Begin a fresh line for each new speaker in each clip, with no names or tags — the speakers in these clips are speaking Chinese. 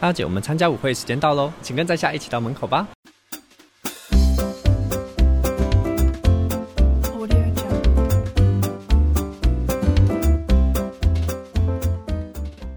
大姐，我们参加舞会时间到喽，请跟在下一起到门口吧。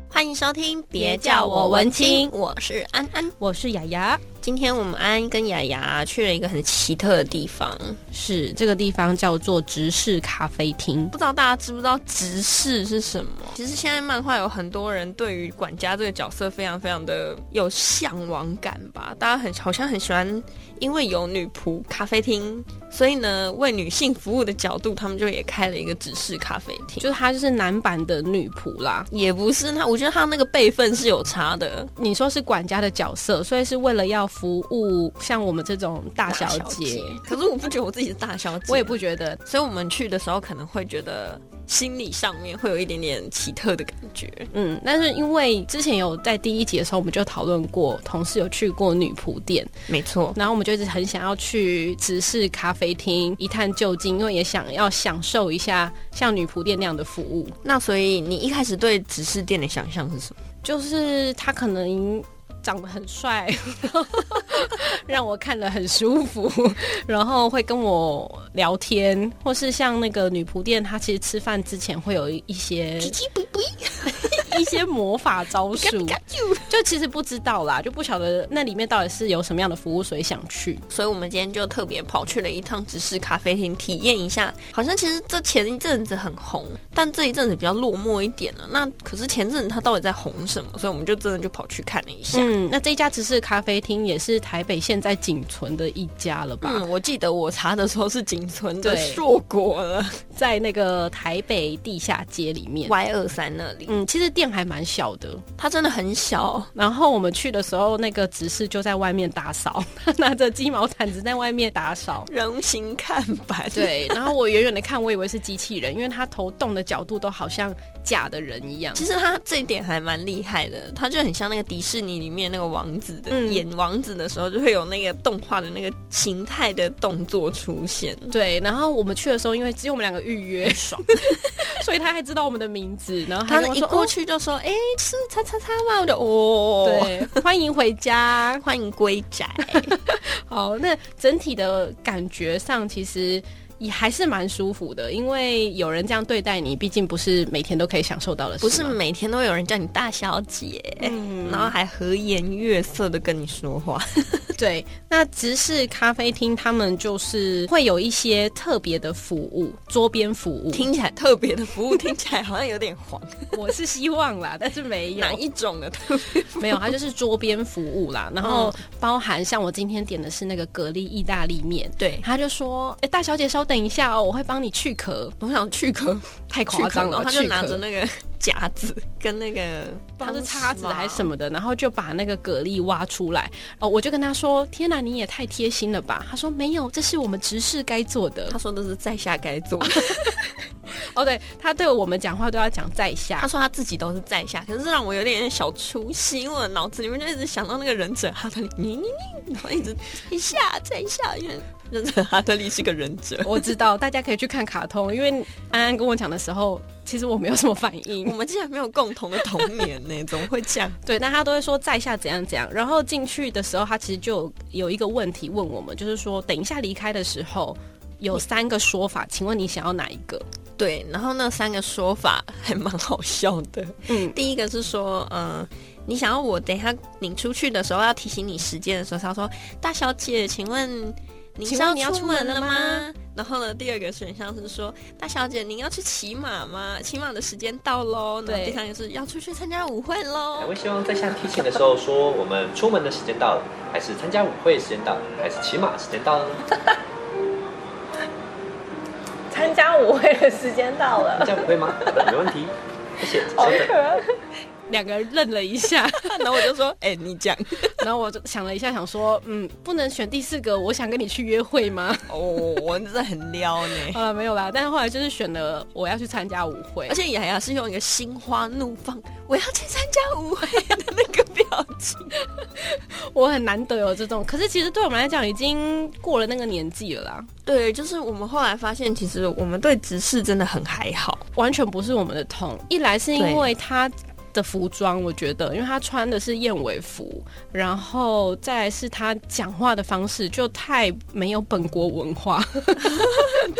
欢迎收听，
别叫我文青
我是安安。
我是雅雅，
今天我们安安跟雅雅去了一个很奇特的地方，
是这个地方叫做直视咖啡厅。
不知道大家知不知道直视是什么？其实现在漫画有很多人对于管家这个角色非常非常的有向往感吧，大家很好像很喜欢，因为有女仆咖啡厅，所以呢为女性服务的角度，他们就也开了一个直视咖啡厅。就
就是她就是男版的女仆啦，
也不是他，我觉得他那个辈分是有差的，
你说是管家的角色，所以是为了要服务像我们这种大小姐，
可是我不觉得我自己是大小姐，
我也不觉得。
所以我们去的时候可能会觉得心理上面会有一点点奇特的感觉。
嗯，但是因为之前有在第一集的时候，我们就讨论过，同事有去过女仆店，
没错，
然后我们就一直很想要去直视咖啡厅一探究竟，因为也想要享受一下像女仆店那样的服务。
那所以你一开始对直视店的想象是什么？
就是他可能长得很帅， 让我看了很舒服，然后会跟我聊天，或是像那个女仆店，她其实吃饭之前会有一些
叽不不，
一些魔法招 数，
啾。
就其实不知道啦，就不晓得那里面到底是有什么样的服务，所以想去。
所以我们今天就特别跑去了一趟直视咖啡厅，体验一下。好像其实这前一阵子很红，但这一阵子比较落寞一点了。那可是前阵子它到底在红什么？所以我们就真的就跑去看了一下。
嗯，那这一家直视咖啡厅也是台北现在仅存的一家了吧？
嗯，我记得我查的时候是仅存的
对
硕果了
在那个台北地下街里面。
，Y 二三那里，
嗯，其实店还蛮小的，
它真的很小，
然后我们去的时候，那个执事就在外面打扫， 他拿着鸡毛掸子在外面打扫。
人形看板。
对，然后我远远的看，我以为是机器人，因为他头动的角度都好像假的人一样。
其实他这一点还蛮厉害的，他就很像那个迪士尼里面那个王子的、
嗯
演王子的时候，就会有那个动画的那个形态的动作出现。
对，然后我们去的时候，因为只有我们两个预约，爽， 所以他还知道我们的名字，然后
他
还跟我
一
说
过、去就说：“哎、是叉叉叉吗？”我就哦，
哦，对， 欢迎回家。
欢迎归宅。
好，那整体的感觉上其实。也还是蛮舒服的，因为有人这样对待你，毕竟不是每天都可以享受到的事
不
嘛。
是每天都有人叫你大小姐，
嗯
然后还和颜悦色的跟你说话。
对，那直视咖啡厅他们就是会有一些特别的服务，桌边服务。
听起来特别的服务，听起来好像有点黄。
我是希望啦，但是没有
哪，一种的特别服务？
没有，它就是桌边服务啦。然后包含像我今天点的是那个蛤蜊意大利面，
对，
他就说：“哎、大小姐稍等一下哦，我会帮你去壳。
我想去壳。”
太
去
夸张
然后
了，
他就
去
拿
壳
着那个夹子跟那个
不知道是叉子还是
么，
什么的，然后就把那个蛤蜊挖出来。哦，我就跟他说：“天哪，你也太贴心了吧！”他说：“没有，这是我们执事该做的。”
他说的是在下该做，
哦，对，他对我们讲话都要讲在下
他。说他自己都是在下，可是让我有点小出戏，因为我脑子里面就一直想到那个忍者哈特利，你你你，然后一直一下在下，因为忍者哈特利是个忍者。
我知道，大家可以去看卡通，因为安安跟我讲的时候，其实我没有什么反
我
应。
们竟然没有共同的童年呢、怎么会这样？
对，那他都会说在下怎样怎样。然后进去的时候，他其实就有有一个问题问我们，就是说等一下离开的时候有三个说法，请问你想要哪一个？
对，然后那三个说法还蛮好笑的。
嗯，
第一个是说，嗯、你想要我等一下领出去的时候要提醒你时间的时候，他说：“大小姐，请问您是
请问你
要
要
出
出
门
门
了
了
吗
吗？”
然后呢，第二个选项是说：“大小姐，您要去骑马吗？骑马的时间到喽。”然后
对
第三个是要出去参加舞会
两
喽
位。希望在下提醒的时候说我们出门的时间到了，还是参加舞会时间到了，还是骑马时间到了呢？
参加舞会的时间到了，
参加舞 会吗？好的，没问题。谢谢，稍等。
两个人愣了一下，
然后我就说：“哎、你讲
然后我就想了一下，想说，嗯，不能选第四个，我想跟你去约会吗？
哦，我真的很撩 呢。
好了，没有啦，但是后来就是选了我要去参加舞会
而，且雅雅是用一个心花怒放，我要去参加舞会的那个表情。
我很难得有这种，可是其实对我们来讲已经过了那个年纪了啦，
对，就是我们后来发现，其 实我们对直视真的很还好。
完全不是我们的痛。一来是因为它的服装，我觉得，因为他穿的是燕尾服，然后再来是他讲话的方式就太没有本国文 化，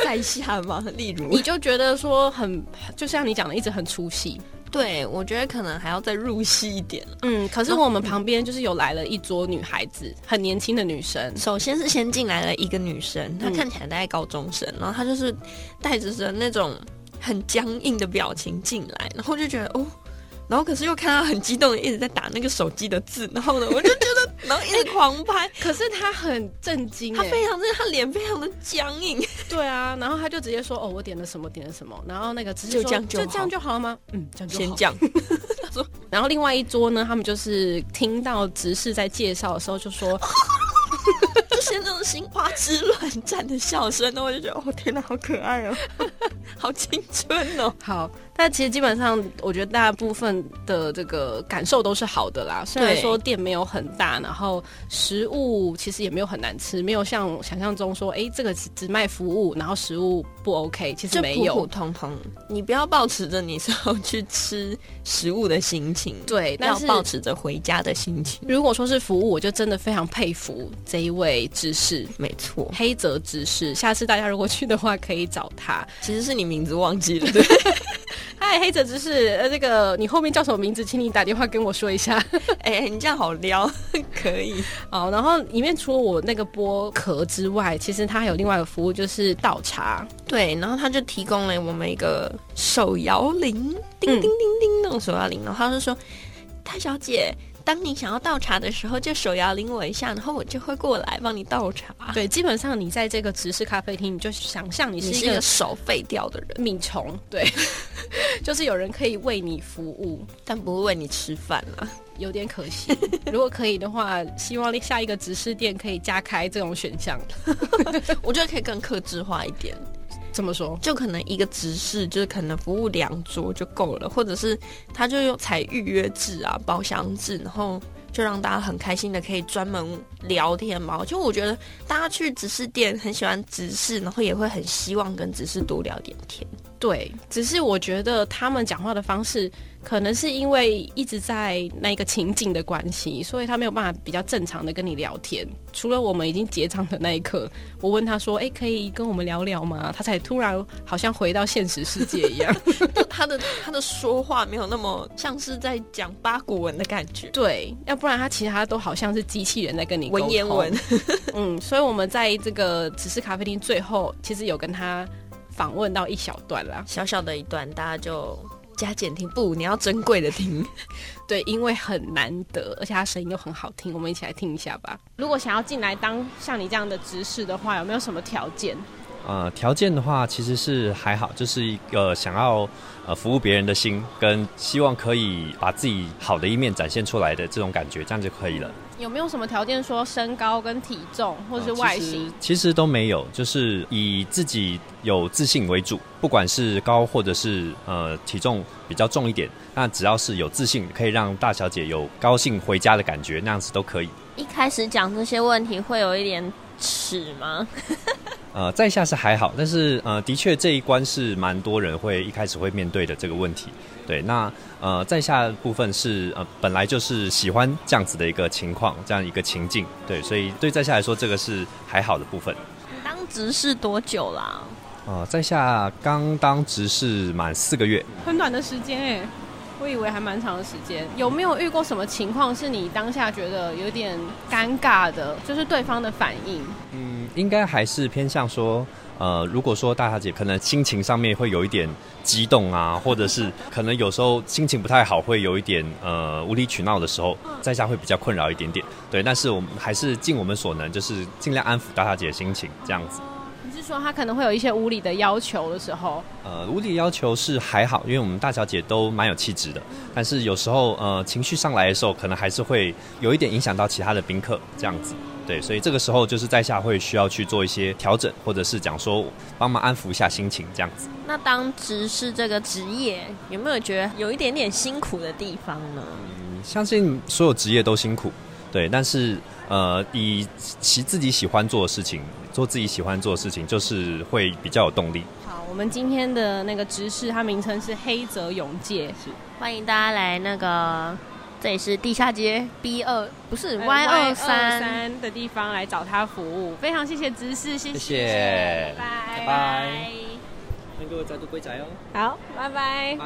在下嘛，例如
你就觉得说很，就像你讲的，一直很出戏。
对，我觉得可能还要再入戏一点。
嗯，可是我们旁边就是有来了一桌女孩子，很年轻的女生，
首先是先进来了一个女生，她
嗯
看起来大概高中生，然后她就是带着着那种很僵硬的表情进来，然后就觉得哦。然后可是又看她很激动的一直在打那个手机的字，然后呢，我就觉得，然后一直狂拍，
可是她很震惊、
她
欸，
非常的，她脸非常的僵硬，
对啊，然后她就直接说：“哦，我点了什么，点了什么。”然后那个只是
就
说
这样就
就这样
好
就好了吗？嗯，这样就
先
好。
讲，
然后另外一桌呢，他们就是听到执事在介绍的时候就说：“
就是那种心花之乱战的笑声，然后我就觉得，哦天哪，好可爱哦，好青春哦，
好，但其实基本上，我觉得大部分的这个感受都是好的啦。虽然
对
说店没有很大，然后食物其实也没有很难吃，没有像想象中说，哎、这个只只卖服务，然后食物不 OK，其实
就
没
普
有。
普通通。你不要抱持着你是要去吃食物的心情，
对，但
要
是
抱持着回家的心情。
如果说是服务，我就真的非常佩服这一位执事。
没错，
黑泽执事，下次大家如果去的话，可以找他。
其实是你名字忘记 了，对，
嗨，黑泽执事，呃，这个你后面叫什么名字？请你打电话跟我说一下。
哎、你这样好撩， 可以。
哦，然后里面除了我那个剥壳之外，其实它还有另外一个服务，就是倒茶。
对，然后他就提供了我们一个手摇铃，叮叮叮叮那种手摇铃，然后他就说：“大小姐，当你想要倒茶的时候，就手摇铃我一下，然后我就会过来帮你倒茶。”，
对，基本上你在这个直视咖啡厅，你就想象你
你
是
是
一
一
个
个手废掉的人，
米虫，对， 就是有人可以为你服务，
但不会为你吃饭啊啦。
有点可 惜。如果可以的话，希望下一个直视店可以加开这种选项。
我觉得可以更克制化一点。
怎么说？
就可能一个执事就是可能服务两桌就够了，或者是他就用采预约制啊、包厢制，然后就让大家很开心的可以专门聊天嘛。就我觉得大家去执事店很喜欢执事，然后也会很希望跟执事多聊点天。
对，只是我觉得他们讲话的方式，可能是因为一直在那个情境的关系，所以他没有办法比较正常的跟你聊天。除了我们已经结账的那一刻，我问他说：“哎、可以跟我们聊聊吗？”他才突然好像回到现实世界一样。
就 他的他的说话没有那么像是在讲八股文的感 觉，
对，要不然他其他都好像是机器人在跟你沟通
文言文。
嗯，所以我们在这个只是咖啡厅最后，其实有跟他访问到一小段啦。
小小的一段，大家就加减听。不，你要珍贵的听。
对，因为很难得，而且他声音又很好听，我们一起来听一下吧。如果想要进来当像你这样的执事的话，有没有什么条件？
呃，条件的话其实是还好，就是一个想要呃服务别人的心，跟希望可以把自己好的一面展现出来的这种感觉，这样就可以了。
有没有什么条件说身高跟体重，或者是
呃
外形？
其实都没有，就是以自己有自信为主，不管是高或者是呃体重比较重一点，那只要是有自信，可以让大小姐有高兴回家的感觉，那样子都可以。
一开始讲这些问题会有一点耻吗？
呃，在下是还好，但是呃，的确这一关是蛮多人会一开始会面对的这个问题。对，那呃，在下的部分是呃本来就是喜欢这样子的一个情况，这样一个情境，对，所以对在下来说，这个是还好的部分。
当执事多久啦、
呃，在下刚当执事满四个月，
很短的时间哎、我以为还蛮长的时间。有没有遇过什么情况是你当下觉得有点尴尬的，就是对方的反应？
嗯，应该还是偏向说，呃，如果说大小姐可能心情上面会有一点激动啊，或者是可能有时候心情不太好，会有一点呃无理取闹的时候，在下会比较困扰一点点。对，但是我们还是尽我们所能，就是尽量安抚大小姐的心情，这样子。
你是说他可能会有一些无理的要求的时候？
呃，无理要求是还好，因为我们大小姐都蛮有气质的，但是有时候呃情绪上来的时候，可能还是会有一点影响到其他的宾客这样子。对，所以这个时候就是在下会需要去做一些调整，或者是讲说帮忙安抚一下心情这样子。
那当执事这个职业，有没有觉得有一点点辛苦的地方呢？
相信所有职业都辛苦，对，但是呃，以其自己喜欢做的事情，做自己喜欢做的事情，就是会比较有动力。
好，我们今天的那个执事，他名称是黑泽永介，
欢迎大家来那个，这里是地下街 B 二，不是
哎
Y 二
哎二
三，
三的地方来找他服务。非常谢谢执事，谢
谢谢
拜
拜拜。那各位再度归宅哦，
好，拜拜。
拜。